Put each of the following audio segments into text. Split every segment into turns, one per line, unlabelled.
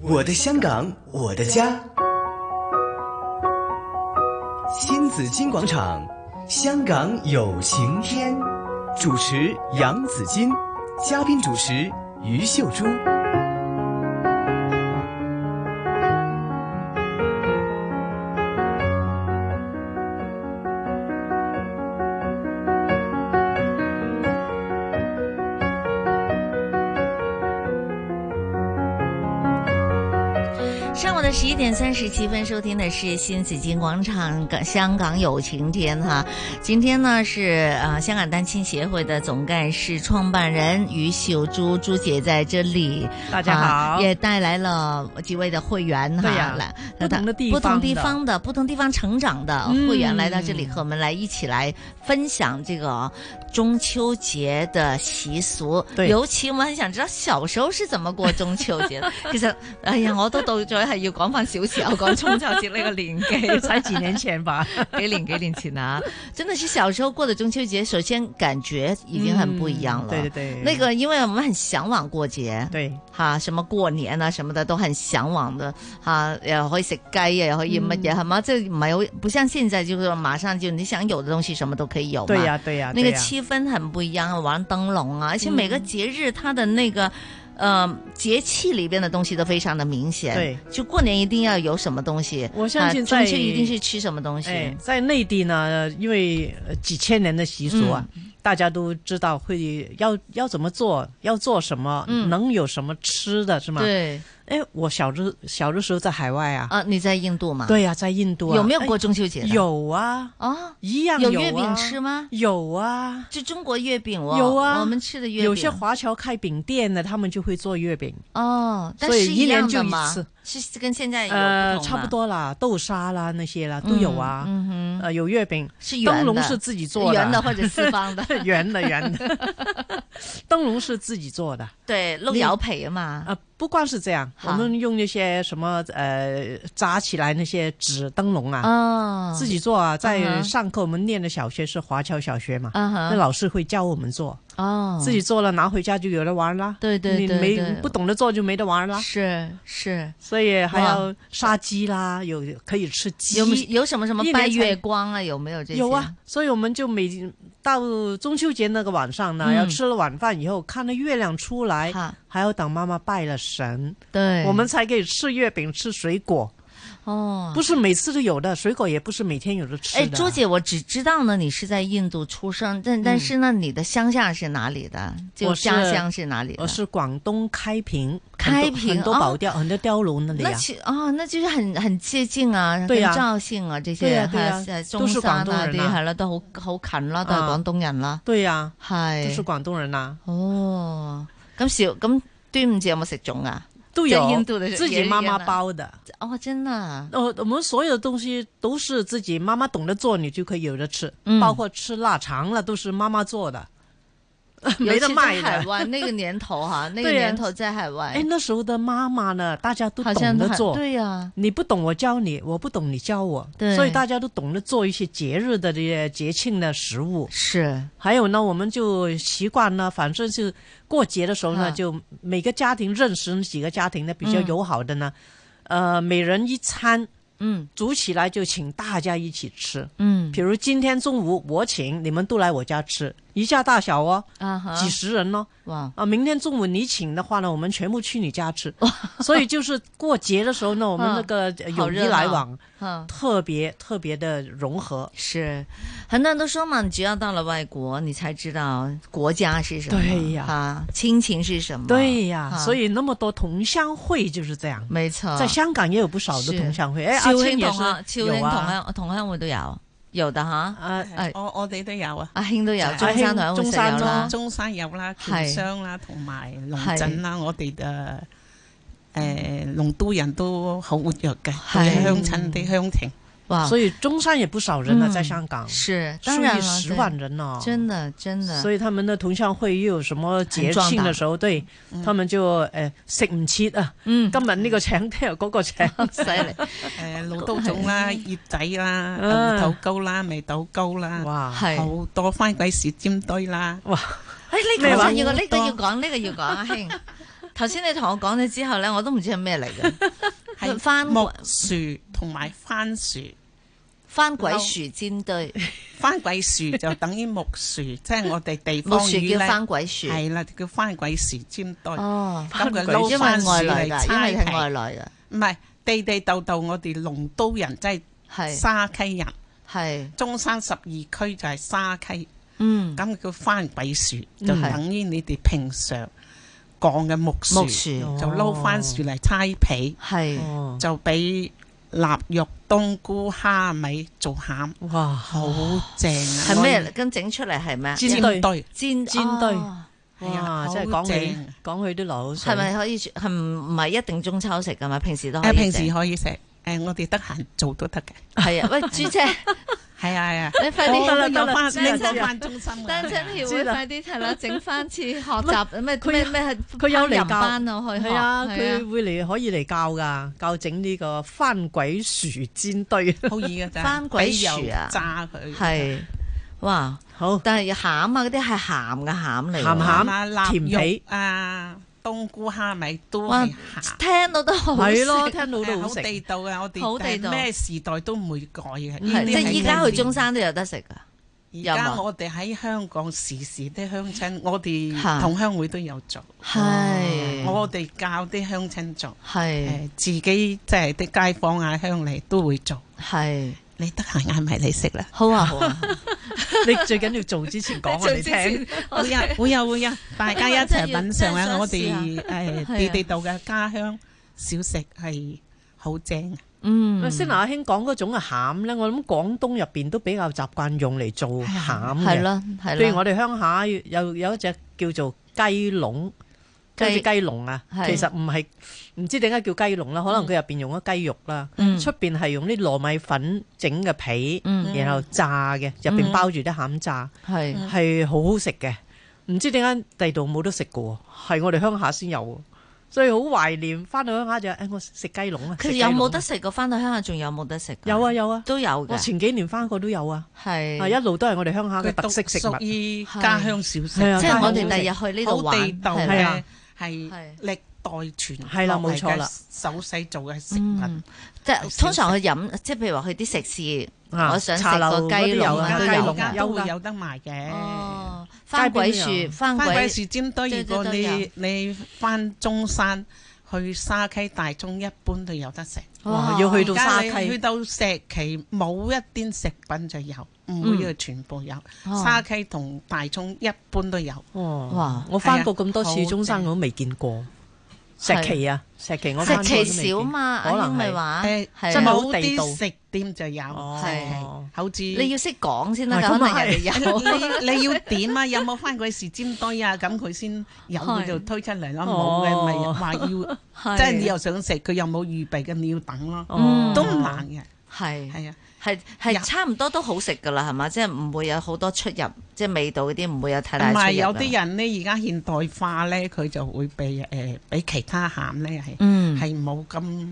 我的香港，我的家。新紫金广场，香港有晴天。主持杨紫金，嘉宾主持于秀珠。
上午的十一点三十七分，收听的是新紫金广场港香港有晴天哈。今天呢是呃香港单亲协会的总干事、创办人于秀珠朱姐在这里，
大家好
啊也带来了几位的会员哈，
对呀
来
不同的地
不同
方
地
的
方的不同地方成长的
嗯
会员来到这里和我们来一起来分享这个中秋节的习俗，
对
尤其我们很想知道小时候是怎么过中秋节 的。其實，哎呀，我都到咗係要講翻小時候講中秋節呢個年紀，
才几年前吧，
幾年幾年前啊，真的是小時候過的中秋節，首先感覺 已经很不一樣了。
嗯对对对，
那个，因为我们很向往過節，
对
哈，什麼過年啊，什麼的都很向往的，哈，又可以食雞啊，又可以乜
嗯
嘢，係嘛、即係唔係好不像現在，就是馬上就你想有的東西，什麼都可以有嘛。
对呀对呀，嗯
那个
对呀
气氛很不一样，玩灯笼啊，而且每个节日它的那个。呃，节气里边的东西都非常的明显。
对，
就过年一定要有什么东西。
我相信
啊
在
中秋一定是吃什么东西。
哎，在内地呢，因为呃几千年的习俗啊，
嗯
大家都知道会要要怎么做，要做什么，
嗯
能有什么吃的是吗？，
对
哎，我小的小的时候在海外啊，
啊，你在印度嘛？、
对呀、在印度啊，
有没有
哎
过中秋节的？
有啊，
啊，
一样
有
啊
月饼吃，吗？
有啊。
就中国月饼哦，
有啊
我们吃的月饼。
有些华侨开饼店呢，他们就会做月饼，
哦，但
所以
是
一年
样的
就一
嘛
次，
是跟现在有
呃，
同
差不
吗
多啦，豆沙啦那些啦都有啊，
嗯嗯哼，
呃，有月饼，
是圆
灯笼
的
是自己做的，
圆的或者四方 的，
圆的圆的，灯笼是自己做的啊、
对，鹿
你
窑皮啊嘛。
呃不光是这样，
哈
我们用那些什么呃扎起来那些纸灯笼啊，
哦，
自己做啊。
嗯
在
哼
上课我们念的小学是华侨小学嘛，
啊
那
哈，
老师会教我们做，
哦，
自己做了拿回家就有的玩啦。
对对对
你
对
没不懂得做就没得玩啦。
是是，
所以还要杀鸡啦，有可以吃鸡。
有有什么什么
一年
拜
才
月光啊？有没有这些？
有啊，，所以我们就每到中秋节那个晚上呢，
嗯
要吃了晚饭以后，看到月亮出来，
哈，
还要等妈妈拜了神，
对，
我们才可以吃月饼、吃水果，
哦，
不是每次都有的，水果也不是每天有的吃的。
哎，周，姐，我只知道呢，你是在印度出生，但但是呢，你的乡下是哪里的？就
嗯我是
家乡是哪里的
我？哦是广东开平，
开
很多
平
很多
哦
宝雕，很多碉楼那里
那
啊。
其啊，那就是很很接近啊，
對啊
跟肇慶啊這
對
些，
啊對啊
係
都
中
是
山
廣東
啊
人
啲
啊
係啦，都好好近啦，都係
啊
廣東人啦，
对呀、都是
係。
广东人呐、
哦，咁少咁端午節有冇食粽啊？
都
在
有
印度的
自
也
己
是
妈
一样
妈
的
包的。
哦，真的 啊，
哦，我们所有的东西都是自己妈妈懂得做，你就可以有的吃，
嗯
包括吃腊肠了，都是妈妈做的， 没得
尤
卖
其在海
的。
外那个年头哈，那个
对呀
年头在海外，
哎，那时候的妈妈呢，大家都
好像
懂得
很
做。
对呀、
你不懂我教你，我不懂你教我，
对
所以大家都懂得做一些节日的这些节庆的食物。
是
还有呢，我们就习惯呢，反正是过节的时候
啊
呢，就每个家庭认识几个家庭呢比较
嗯
友好的呢，呃，每人一餐
嗯
煮起来就请大家一起吃。
嗯
比如今天中午我请，你们都来我家吃，一家大小哦，
啊哈，
几十人哦。
哇，
啊，明天中午你请的话呢，我们全部去你家吃。 所以就是过节的时候呢，我们那个呃
嗯好
友谊
热
来
闹
往
嗯。
特别特别的融合。
是，很多人都说嘛，你只要到了外国，你才知道国家是什么，
对呀
啊，亲情是什么，，
对呀、
啊
所以那么多同乡会就是这样。
没错。
在香港也有不少的
是
同乡会，哎，阿
肇
青
慶
也
同鄉、
是
肇
有
慶同
啊，
鄉、同鄉會都有，有的哈，
啊，
哎
係我我哋都有啊，
阿興都有，
就
中
係
山同鄉
阿興
會
中
實
山
有啦，
咯
中山有啦，
啊係
權商啦，同埋龍鎮啦，我哋嘅誒龍都人都好活躍嘅，
嗯係
佢哋鄉親啲鄉情。
哇，
所以中山也不少人呢，
啊嗯
在香港，
是
数
当然
以
了，
十
对
万人哦呢，
真的真的，
所以他们的同乡会又有什么节庆的时候，对、他们就诶食唔切啊，
嗯，
今日呢個請，聽日嗰 個請，
犀利， 嗯
誒老刀種啦、葉仔啦、
啊
牛頭糕啦、味豆糕啦，
哇！
係。
好多番鬼事尖堆啦。
哎，呢、個
咩話
真要講，呢、個要講，呢、個要講，阿興，頭先你同我講咗之後咧，我都唔知係咩嚟嘅，
係
嗯番
木薯同埋番薯，
番鬼薯煎堆，
番鬼薯就等於木 薯，即係我哋地
木
方
薯
語
叫
咧
番。鬼薯，
係啦，叫番鬼薯尖堆，咁
哦，
佢
因為
撈番薯
外來㗎，
嚟
因為
猜
係
皮
外來㗎，
唔係地地道道，我哋龍都人即係
係
沙溪人，
係
中山十二區就係沙溪，
嗯
咁叫番鬼樹，
嗯
就等於你哋平常講嘅木樹，
木薯
哦
就撈番薯嚟猜皮，
係。
哦，
就俾臘肉、冬菇、蝦米做餡，
哇，
好正啊！
係咩？跟整出嚟係咩？
煎堆
我煎堆，
煎
煎堆
哦
係啊
哇，真係
好
講起
正啊
講起都流口水。
係咪可以係唔係一定中秋食噶嘛？平時都可
誒
以
平
食
時可以食，誒我哋得閒做都得嘅，
係啊，喂，朱 姐，
係啊係啊，
你 快
我
啲
得啦
有
得啦
翻
知啦
拎
知啦
翻中心㗎
單親
係啊
協
知
會
啦
快啲係啦，整翻次學習咩
佢
咩咩
佢有嚟
人
教
班啊，去學
係啊，
係
佢會嚟可以嚟教噶，教整呢個番鬼薯煎堆。
好易嘅咋，
番鬼薯啊
俾油炸佢，
係哇，
好，
但係餡啊嗰啲係鹹嘅餡嚟喎，
鹹餡
啊，
甜皮
臘肉啊，冬菇蝦米都
哇
係鹹。
聽到都好
係
食
咯，聽到都
誒
好
好
食。
地道嘅，我哋
好地道
誒咩時代都唔會改嘅。呢
係
啲
即係
係
依家去中
經
山都有得食啊噶，
典，而
有
家
冇
我哋喺香港時時啲鄉親，我哋
嚇
同鄉會都有做，
係
哦
我哋教啲鄉親做，
係
誒自己即係啲街坊啊鄉里都會做。
係
你得閒嗌埋你食啦，
好啊好啊，
你最緊要 做之前 講我哋聽。
我
會啊會啊會啊，大家一齊品
真
嚐
係
啊！
想
我
試
哋
係
誒
啊
地地道嘅家鄉小食係好正啊，
嗯
咁先嗱，阿興講嗰種嘅餡咧，我諗廣東入邊都比較習慣用嚟做餡
係
嘅。
咯係
譬如
咯，
我哋鄉下有有一隻叫做雞籠，
雞
好似雞籠啊，
係
其實唔係唔知點解叫雞籠啦，可能佢入邊用咗雞肉啦，
嗯
出邊係用啲糯米粉整嘅皮，
嗯
然後炸嘅，入邊包住啲餡炸，
係。
係好好食嘅。唔知點解第度冇得食嘅喎，係我哋鄉下先有喎，所以好懷念。翻到鄉下就誒、哎我食雞籠啊！
佢
食雞
有冇
籠
得
啊？
食過？翻到鄉下仲有冇得食？
有啊，有啊，
都有
我
嘅，
前幾年翻過都有啊，啊一
係
路都係我哋鄉下嘅
佢
特
都
色食物
屬。於
係
家鄉小食
係啊。
即係我哋
家鄉
第日去呢度
好
玩，
地道
係
係
啦
啊
嘅，係
係
歷代傳
係啦冇錯啦，
手勢做嘅食
嗯
物，，
即係通常去飲，即係譬如話去啲食肆，
啊
我想食
茶
個
樓
雞
嗰啲
籠
有
啊
啊，
都
雞
而
有㗎
家而
籠
家
啊
都
有
會
㗎。
有得賣嘅。
哦，番鬼
街邊
樹，
都有
番
番
鬼
鬼樹尖堆，
對
如
對
果
對
你你翻中山去沙溪大涌，一般都有得食。
哇要去到
而家
沙
你
溪
去到石岐冇一啲食品就有，唔會全部有。
嗯哦
沙溪同大涌一般都有。
哦
哇
我翻過咁多
係
次
啊
中山，
好
我都未見過石岐啊，石岐我翻
食
過都未
期
見
少嘛，
可
阿英
能
咪
係
話
誒，
係
真係
啊
好
某
地道
啲食店就有，
哦
好似
你 要識講先得
係
㗎，可
咁
能
啊係
人哋有
你你要點啊？有冇翻鬼時尖堆啊？咁佢先 有
係
佢就推出嚟咯，冇嘅咪
哦
話要，
係
即係你又想食，佢又冇預備嘅，你要等咯，
嗯
都唔難嘅，
係
係啊，
係係
有
差唔多都好食㗎啦，係嘛？即係唔會有好多出入，即係味道嗰啲唔會有太大
同
出入㗎。
埋有啲人呢，而家現代化咧，佢就會被誒俾其他餡咧係
嗯，
係冇咁，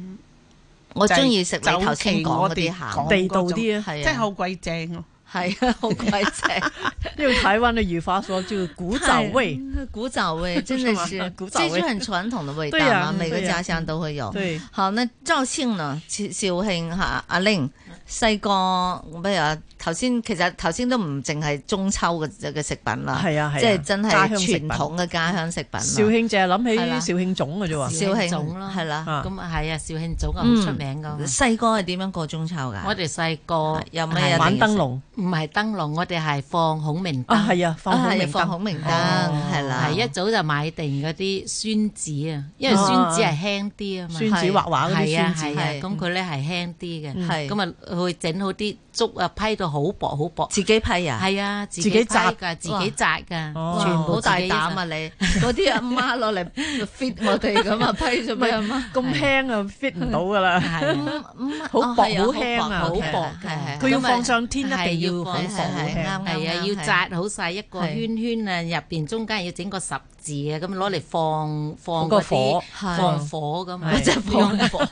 我
就係
中意食你
就
頭先
其
講嗰
我
啲
哋
鹹
講。
地道啲啊，
係啊，
即係好鬼正咯，
係啊，好 鬼正，
因為台灣的語法說就古早味，
太 古早 味真的是
是吗，古早
这
味
就是很傳統的味道
對
嘛，
啊
每個
對
家
啊
鄉都會有。
對，
好，那肇慶呢？肇肇慶嚇阿玲細個，譬如話頭先，其實頭先都唔淨係中秋嘅嘅食品啦，
係啊係啊
即係真係
家鄉食
傳
品
統嘅家鄉食
肇
品啦。
慶淨係
係啦
諗起肇慶粽嘅啫喎，
肇
肇慶
慶
粽咯
係啦，
啊
咁啊係啊，肇慶粽啊
嗯
好出名噶。
細個係點樣過中秋㗎？
我哋細
啊
個
有咩
係
玩燈籠
唔係燈籠，我哋係放孔明
啊，
燈，
係啊，放
啊
孔
係啊
明
放孔
燈，哦
明燈係啦，
係一早就買定嗰啲宣紙啊，因為宣紙係輕啲啊嘛。
孫子畫畫嗰啲嗯
係
孫
啊
子，
係啊
係，
咁佢咧係輕啲
係
嘅，咁啊佢整好啲竹啊，批到好薄好薄，
自己批啊。
係啊，自
自己
己
紮
噶，自己紮噶，
哦
哇
全部
好大
自己
膽啊！你嗰啲阿媽攞嚟 fit 我哋咁啊，批咗俾阿媽。
咁輕啊 fit 唔到噶啦，
係啊。
咁
好薄好輕啊
好薄
係係
佢要
咁啊
放上天
係
一定要
要
好
放
薄好
係係
輕
啱。啊
啊係啊，要紮好晒一個圈圈啊，入邊中間要整個十字啊，咁攞嚟放放
個
嗰
火
啲
係
放火噶嘛，
係
即係放 火。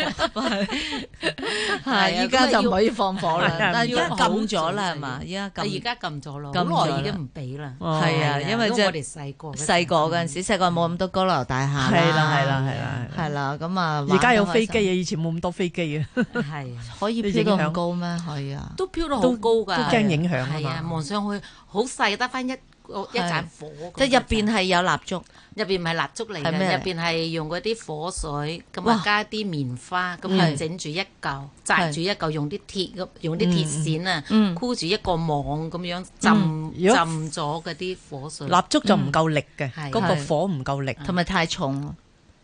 啊
係依家就唔可以放火啦，
係啊
但係
唔
依
得
家禁咗啦，係嘛？依家
而
禁。
家禁咗咯，
禁咗
好耐
啦
已經唔俾啦。
哦
係啊因為即係
我哋細個
細個嗰陣時，細個冇咁多高樓大廈啦，
係啦係啦係啦係啦
係啦。咁啊，
而家有飛機
機
啊，以前冇咁多飛機啊，
係啊
可以
影
飄
響
到咁高咩？可以啊，
都飄到好
都
高㗎，
都驚影響啊
係啊，
嘛
望上去好細，得翻一個一盞火咁
即
樣。
係入邊係有蠟燭，
入邊唔係蠟燭嚟嘅，
係咩嚟
入邊係用嗰啲火水，咁
哇
啊加啲棉花，咁
係
樣整住一嚿，紮住一嚿，用啲鐵咁，用啲鐵線啊
嗯，
箍住一個網咁樣
嗯
浸
如
浸
果
咗嗰啲火水。
蠟燭就
嗯
唔夠力嘅，
係
嗰個火唔夠力，
同埋太重啦，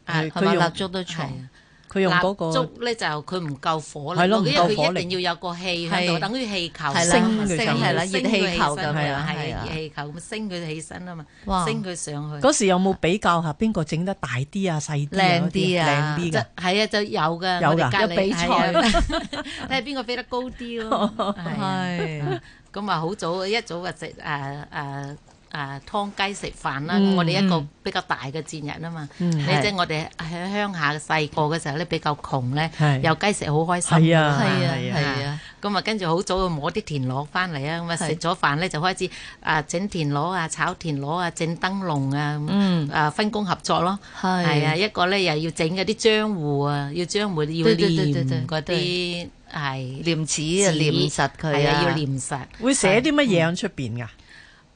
啊
係
佢嗯佢
咪
用
蠟燭都重？
佢用嗰
蠟
個
燭咧就佢唔夠火力，
係咯唔
因為
夠火
佢
力
一定要有個氣喺
係
度，等於氣球
係
啦升
升
佢上去
係
係啦熱氣球咁樣
係
係啊
啊，熱氣球咁升佢起身啊嘛，
哇
升佢上去。
嗰時有冇比較下邊個整得大啲啊、細啲啊嗰
靚啲啊
靚啲
就
嘅。
係啊，就有噶，
有㗎
我哋隔離
有比賽
係啊 睇下邊個飛得高 啲咯。係啊
係
咁啊，好早一早就食誒誒誒湯雞食飯啦。
嗯
我哋一個
嗯
比較大嘅節日啊嘛，
嗯
你
係
即係我哋喺鄉下細個嘅時候咧，比較窮咧
係，
有雞食好開心。
係啊
係啊
係啊
係啊，
咁啊，跟住好早就摸啲田螺翻嚟啊，咁啊
係
食咗飯咧就開始啊整田螺啊、炒田螺啊、整燈籠啊，咁
嗯
啊分工合作咯。
係
係啊，一個咧又要整嗰啲漿糊啊，要漿糊要
對對對對對
黏嗰啲係
黏紙啊，
紙
黏實佢
係
啊，
啊，要黏實。
會寫啲乜嘢喺出邊㗎？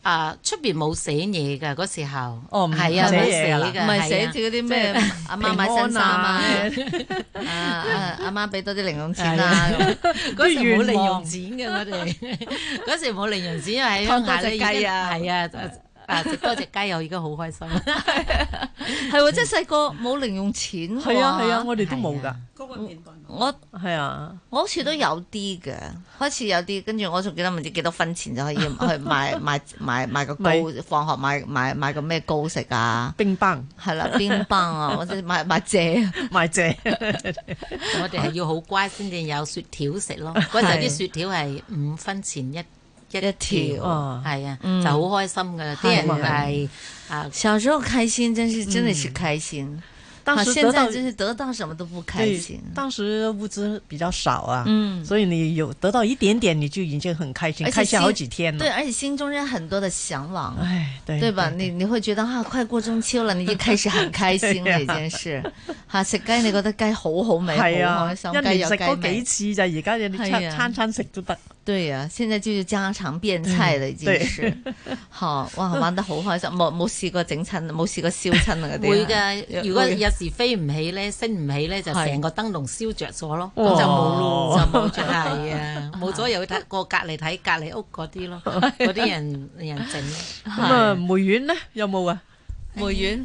啊，出邊冇寫嘢㗎嗰時候，
哦唔
係啊
寫
冇
嘢
寫
㗎啦
㗎，
唔係寫住
住
嗰啲咩阿
嗯
媽買新衫啊， 啊啊阿媽俾多啲零用錢啊，
嗰時冇
啲願
零
望
用啊錢嘅我哋， 嗰時冇零用錢，因為喺鄉下咧已
劏多隻雞
經
啊
係啊，啊食多隻雞我已經好開心。
係喎，即係細個冇零用錢喎
係啊係啊，，我哋都冇
係
㗎
啊。
嗰個年代
我
係啊，
我好似都有啲嘅，開始有啲，跟住我仲記得唔知幾多分錢就可以去買買買買個糕，放學買買買個咩糕食啊，
乒乓
係啦，邊棒啊，或者買買蔗，
賣蔗，
我哋係要好乖先至有雪條食咯。嗰陣啲雪條係五分錢一一
一條
哦
係啊，
嗯
就好開心嘅。啲人係啊，
小時候開心，真是真的是開心，
當
啊，
時
現
嗯得
在
到
真是得到什麼都不開
对
心，
當時物資比較少啊，
嗯
所以你有得到一點點，你就已經很開心，
而且
開心好
心
幾天
對，
了。
而且心中有很多的向往。
唉，對
對吧？你你會覺得啊，快過中秋啦，你已經開始很開心啦，已經 是嚇食雞，你覺得雞好好味，
係
好
啊，
開心，
一
雞
年
有
食
雞
嗰
味
幾。次就而家你
係
餐
啊
餐餐食都得。
對呀、現啊在就是家常便菜啦，已經
對
是。好，哇，玩得好開心，冇冇試過整親，冇試過燒親啊嗰啲。
會㗎。如果
會
有時飛唔起咧，升唔起咧，就
係
成個燈籠燒着咗咯，
哇
咁就冇咯，
就
冇咗。係啊，冇咗又要睇過隔離睇隔離屋嗰啲咯，嗰啲人人整咯。
咁啊，梅苑咧有冇啊？
梅園，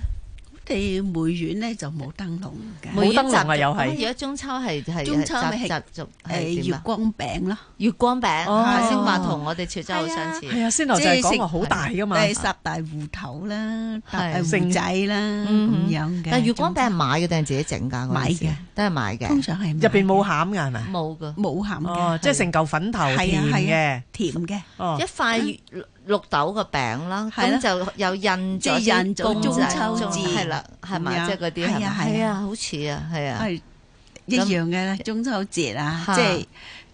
我哋梅園咧就冇燈籠嘅，
冇
梅
燈
園
籠啊
習
又
俗
係
咁而家中秋係係
中秋咪
習
係
習俗係
誒
點
月
啊？
光餅咯，
月光餅，
哦
頭先話同我哋潮州好相似。
係啊，先頭就係講話好大噶嘛，
誒十大芋頭啦，搭
係
誒芋仔啦
嗯
咁樣嘅。
但係月光餅係買嘅定係自己整㗎？嗰陣
啊買嘅
時，都係買
通
嘅。
常係
入邊冇餡㗎係咪？
冇㗎，
冇餡
哦
嘅，，
即係成嚿粉頭
啊係啊係
甜
啊甜嘅，
嘅，哦
一，塊綠豆嘅餅啦，
嗯係啦
咁就有印
即
咗
係
啲
印咗
公
中
仔
秋
中
節
係啦，係
咁
嘛，
樣
即係嗰啲
係
咪
啊係啊
係啊，好似啊，係啊，
係一樣嘅啦。中秋節啊，
嚇
即係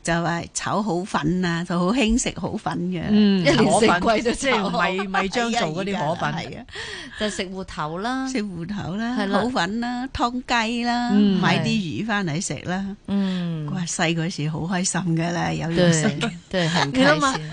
就話炒好粉啊，就好興食好粉嘅。
嗯，
一年
河
四
粉
季都
即係米米漿
係啊
做嗰啲
而
河
家
粉，
係啊，
就食芋頭啦，
食芋頭
係
啦，
啦
好粉啦，湯雞啦，
嗯
買啲魚翻嚟食啦。
嗯，
哇！細嗰時好開心嘅啦，有嘢食
對。對，很
你諗
開
下
心，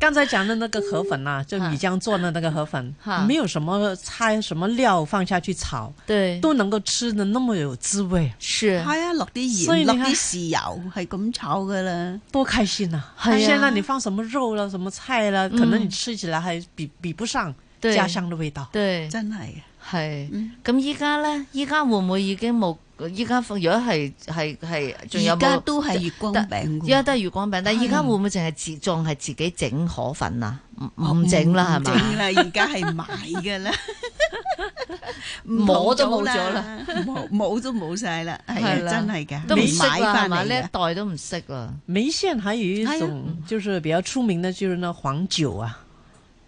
刚才讲的那个河粉啊，就
哈
你这样做的那个河粉
哈，
没有什么菜、什么料放下去炒，
對，
都能够吃的那么有滋味，
是
係啊，落啲
所以
鹽，
你
落
睇
啲豉油，係咁炒噶啦。
多开心呐！
哎呀
现在你放什么肉了、什么菜
嗯
了，可能你吃起来还比比不上
對
家鄉的味道。
對，
真係嘅。
係
嗯。
咁依家咧，依家會唔會已經冇？依家如果係係係，仲有
而家
冇？
都係月光餅喎，
依家都係月光餅，但係依家會唔會淨係自仲係自己整河粉啊？唔唔整啦，係
哦唔
嘛？
整啦，而家係買嘅啦，唔
摸都
同
冇咗啦，
冇冇都冇晒啦，係啊
係啦
真係㗎，
都唔
你
識
買
啦，係
翻
嘛？
嚟
呢一
嘅
代都唔識啦。
梅縣還有一
哎呀
种就是比较出名的，就是那黃酒啊，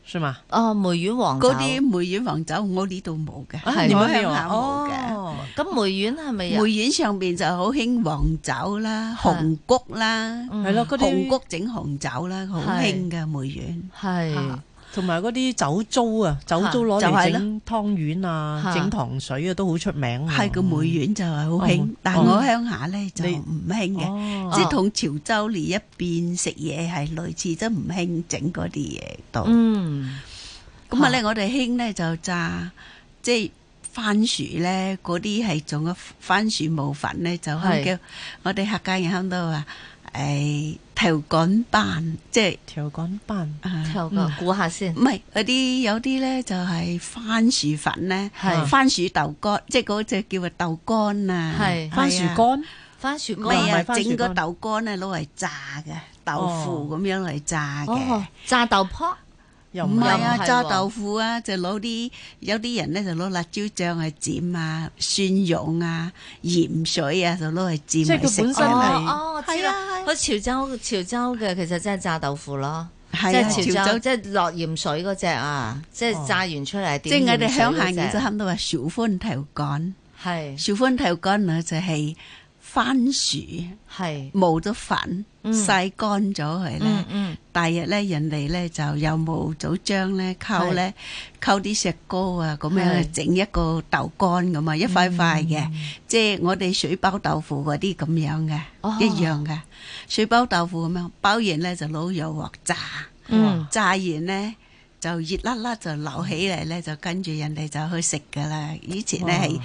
是嘛？
哦，梅縣黃酒
嗰啲梅縣黃酒我呢度冇嘅，
係
啊你
我
冇
呢
鄉
度
下冇嘅。
啊哦
咁梅縣係咪有
梅縣上邊就好興黃酒啦、紅谷啦、
嗯
係咯，嗰
紅
啲
谷整紅酒啦，好興嘅梅縣。
係
嚇
同埋嗰啲酒糟啊，酒糟攞
就
嚟
係
整湯圓
嚇
啊、整糖水啊，都好出名啊。
係個梅縣就係好
哦
興，但係我鄉下咧就
你
唔興嘅。
嗯
哦
即係同潮州呢一邊食嘢係類似，都唔興整嗰啲嘢度。
嗯
咁啊咧，我哋興咧就炸，即係番薯咧，嗰啲係仲有番薯冇粉咧，就香
係
叫我哋客家人響度話，誒、頭趕班，即係
條杆斑
啊
頭個估下先
唔係嗰啲有啲咧就係番薯粉咧
係，
番薯豆乾，即係嗰只叫做豆乾啊，
係
番薯
係啊
乾
番薯
唔
乾
係
唔
啊，
係番薯
整個
乾
豆乾咧攞嚟炸嘅，豆腐咁樣嚟炸嘅
哦。，炸豆泡
又
唔
唔
係
係
啊，
又唔係喎
炸豆腐啊，就攞啲有啲人咧就攞辣椒醬去煎啊，蒜蓉啊、鹽水啊，就攞去煎
即係
嚟
佢
食
本
哦
真身
啊。
係
哦，我知
係啊
啦，
係啊
佢潮州潮州嘅其實真係炸豆腐咯。即
係啊，
係
潮
潮州，
州
即係落鹽水嗰只啊，即係炸完出嚟
即係
點
我哋
鹽水嗰
鄉下
隻
語就喊到話小歡頭乾，
係
小歡頭乾啊就係番薯
係，
冇咗粉，
嗯
曬乾咗佢
嗯
咧。
嗯
第日咧，人哋咧就有冇組漿咧，溝咧溝啲石膏啊，咁
係嗯
樣整一個豆乾咁啊，一塊塊嘅，即係我哋水包豆腐嗰啲咁樣嘅，
哦
一樣嘅水包豆腐咁樣，包完咧就攞油鑊炸，
嗯，
炸完咧就熱辣辣就流起嚟咧，就跟住人哋就去食噶啦。以前咧係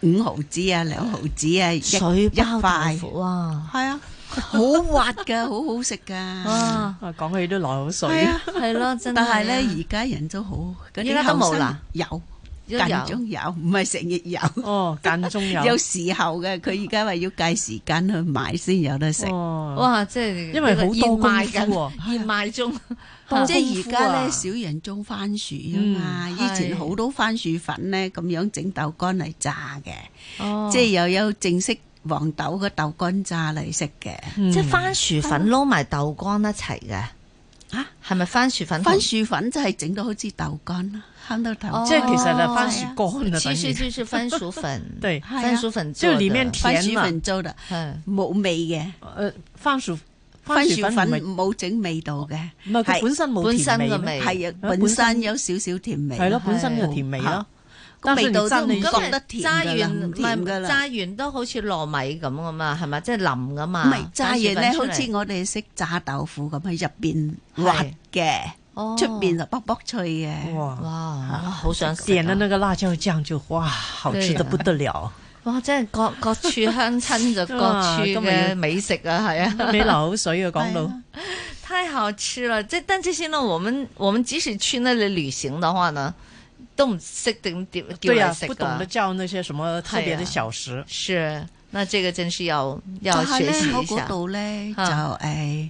五毫子啊，兩毫子啊，一
水包
一
豆
塊，
腐哇，
係啊，好滑㗎，好好食㗎。
啊，
啊，講起都流口水
係。啊。
係咯，真係。
但係咧，而家人都好，嗰
而家
啲
都冇
後生
啦
有，
都
間
有，
中有，唔係成日有，
哦，間中 有
有時候嘅。佢而家話要計時間去買先有得食。
哦，
哇，即係
因為好多
呢個
功夫
賣緊
喎
熱賣中，
多功
即係
夫
而家
啊
咧，少人種番薯啊嘛。
嗯
以前
係
好多番薯粉咧，咁樣整豆乾嚟炸嘅，
哦
即係又有正式黃豆嘅豆乾炸嚟食嘅。
嗯
即係番薯粉撈埋豆乾一齊嘅，
啊，
係咪番薯粉同？
番薯粉就係整到好似豆乾啦，慳到豆乾。
即係其實
哦
係番薯乾啊，
其
等
實就
於，
是番薯粉
對
係啊
番薯粉
就
做
裡面
的，
番薯
甜啊
粉，做得
係
冇味嘅，
誒呃番薯
番
薯
薯
粉
粉
唔係
冇整味道嘅。
唔係佢
係
本身冇
本身
甜
嘅
咩
味
係啊，
本
本
身
身有少少甜味，
係咯，本身
係
嘅甜味咯
嚇。
但係
味道都唔
你真係
覺得甜
揸
㗎啦，
完
唔
唔係
甜㗎啦。
揸完都好似糯米咁噶嘛，係咪？即係淋噶
唔
嘛。
係炸完咧，
番薯
好
粉出嚟
似我哋識炸豆腐咁，喺入邊
係
滑嘅，
哦
出邊就卜卜脆嘅。
哇
哇！啊
哇好想食
點了
啊！
那個辣椒醬就哇，好吃得不得 了，
哇，真係各各處鄉親就各
啊今
處
日
嘅
要
美食啊，係啊。
你流口水啊！講
係
到
啊
太好吃了！即但這些呢，我們我們即使去那裏旅行的話呢，都唔識點點叫
對
嚟
啊，
食
不懂得
噶。
叫那些什麼特別的小食，
是，那這個真是要要
但係
學
咧
習
喺
一啊
嗰
下。
度咧就
嚇
誒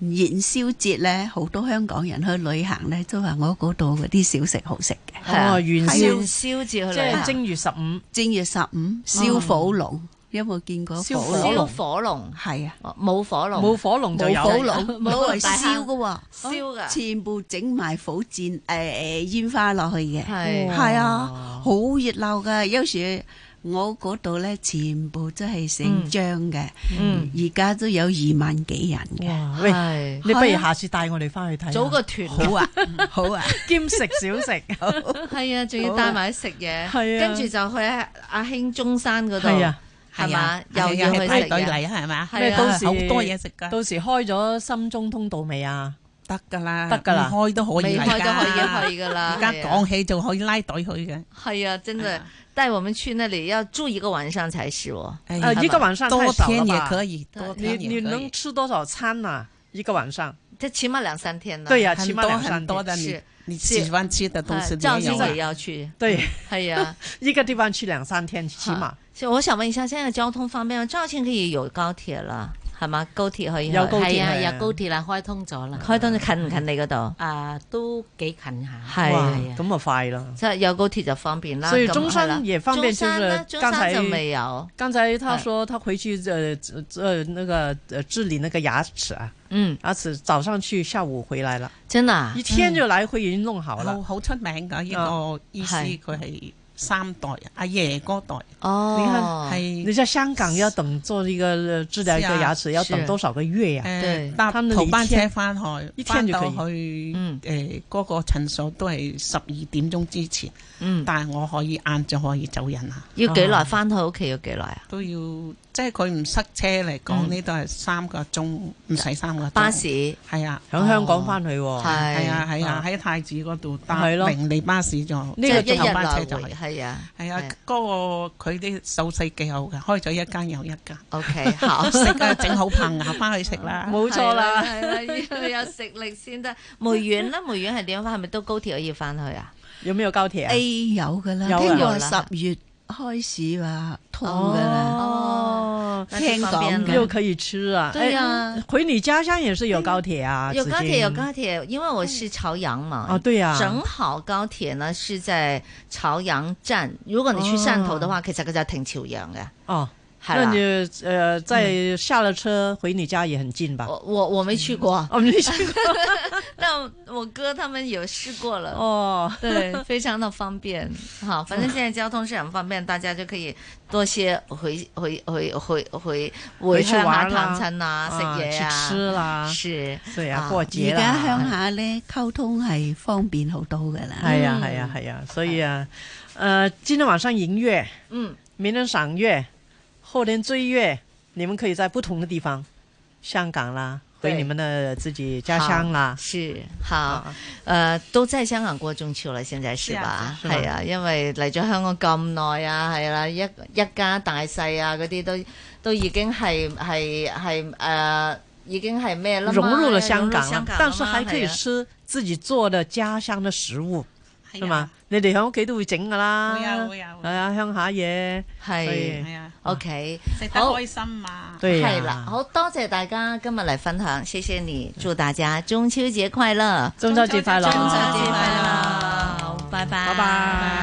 元宵節咧，好多香港人去旅行咧，都話我嗰度嗰啲小食好食嘅。
係啊
哦元宵
元宵節去
即
旅
係
行，
正月十五
正月十五燒火龍，有冇見過
燒火
火龍？
哦燒
龍
火龍
係啊，
哦冇火龍，
冇火龍就
冇
有，
火龍，攞嚟
啊大坑
燒嘅喎。
燒噶，
全部整埋火箭誒誒煙花落去嘅，
係
係啊，好熱鬧噶。有時我嗰度咧，全部都係成張嘅，
嗯，
而家、都有二萬幾人嘅。
哇！喂，
係啊
你不如下次帶我哋翻去睇下，
組個團
好啊，好啊，
兼食小食，
係啊，仲要帶埋啲食嘢，
係啊
跟住就去阿興中山嗰度，
係啊，
係嘛，
係啊
又要去食
係派派
嘢
對對嚟啊，係嘛？
係
咩
啊
到時
好多嘢食㗎
到時開咗深中通道未啊？
得噶啦
得㗎啦
唔開都可
未
嚟㗎
開都可以去噶啦，係啊
起就可以拉隊去嘅。
係啊，真
哎
的
呀，
帶我們去那裡要住一個晚上才是哦。
哎
呃，一個晚上太少了吧？
以，
你你能吃多少餐啊？一個晚上？
这起碼兩三天呢。
對呀、
很
起碼
多
兩三天。
的
是
你
是
歡吃的
啊肇事者也要去，
嗯
對，
係啊，
一個地方去兩三天，起碼
好。所以我想問一下，現在交通方便嗎？肇慶可以有高鐵了，係嘛？高鐵可以去
有高鐵
係啊，
係啊
有高鐵啦，開通咗啦，
開通近唔近你嗰度？
啊都幾近下，
哎
係
哇
啊
係啊，
咁啊快啦！
即係有高鐵就方便啦。
所以
咁
中山
係啦
也方便
中山
就是
呢中
剛才
山就未有。
刚才
哎
他说他回去呃呃那个呃治理那个牙齿啊，
嗯，
牙齿早上去，下午回來了，
真的
嗯
啊
一天就來回已經弄好
好
了。
好出名㗎呢
啊
個醫師，佢係三代人阿爺嗰代
你看
哦，
係
你在香港要等做一个呃治療一個牙齒，要等
是
多少個月呀？
對
誒搭
他們
頭
一
班車
天
翻去，
一天就
返
可
到去
嗯
誒嗰個診所都係十二點鐘之前，
嗯，
但係我可以晏晝可以走人啊，
要幾耐翻去屋企要幾耐啊？
都要即係佢唔塞車嚟講，呢都係三個鐘，唔使三個鐘
巴士係
係啊。
響香港翻去喎，
哦
係
係
啊係啊，喺太子嗰度搭
係咯
明利巴士就
呢個
即係一
頭
日
班
來
車就
回
係。
係啊，
係啊，嗰、個佢啲手勢幾好嘅，開咗一間又一間，
OK，好。
食啊整好棚牙翻去食啦。
冇錯
哎
啦。
係啦，係啦要有食力先得。梅縣咧，梅縣係點樣翻？係咪都高鐵可以翻去啊？
有沒有高鐵啊？
A 哎有噶啦，
有啊
聽講十月開始話通
哦
噶啦，
哦，那就
聽講
方便了
又可以吃啊！
對呀
哎回你家鄉也是有高鐵啊，
有高
紫
鐵，
荊
有高鐵，因為我是朝陽嘛。
啊，對呀，
正好高鐵呢是在朝陽站，如果你去汕頭的話，其實佢就停朝陽嘅，
哦，
係
那
啦。
你呃在下了車回你家也很近吧？
我我我沒去 過，
我們去
但我哥他們有試過了。
哦，
对，非常的方便。好，反正现在交通是很方便，大家就可以多些回 回回回回回
去
鄉下
玩
探
啦
親啊，食嘢
去吃
啊，
啦，
是
對啊，
啊
過
而
節
家
啦。
鄉下咧溝通係方便好多噶啦。
哎呀，哎呀，哎呀，所以啊，呃，今天晚上迎月，
嗯，
明天赏月，后天追月，你们可以在不同的地方，香港啦，回
对
你们的自己家乡啦。
是好。
啊，
呃，都在香港過中秋啦，現在是吧？
是啊
係啊，因為嚟咗香港咁耐啊，係啦，一一家大細啊，嗰啲都都已經係係係誒，已經係咩啦嘛？
融入了
融
香
入
港
香
了哎
港，
但是還可以
係啊
吃自己做的家鄉的食物，
係啊
係嘛？？你哋喺屋企都會整噶啦，
會啊會啊
係啊，鄉下嘢，所以
係
係啊，
OK。
食得
好
開心啊！
對
係啦，
呀。
好多謝大家今日嚟分享，謝謝你，祝大家中秋節快樂，
中秋節快樂！
中秋節快樂
好，拜拜，
拜拜。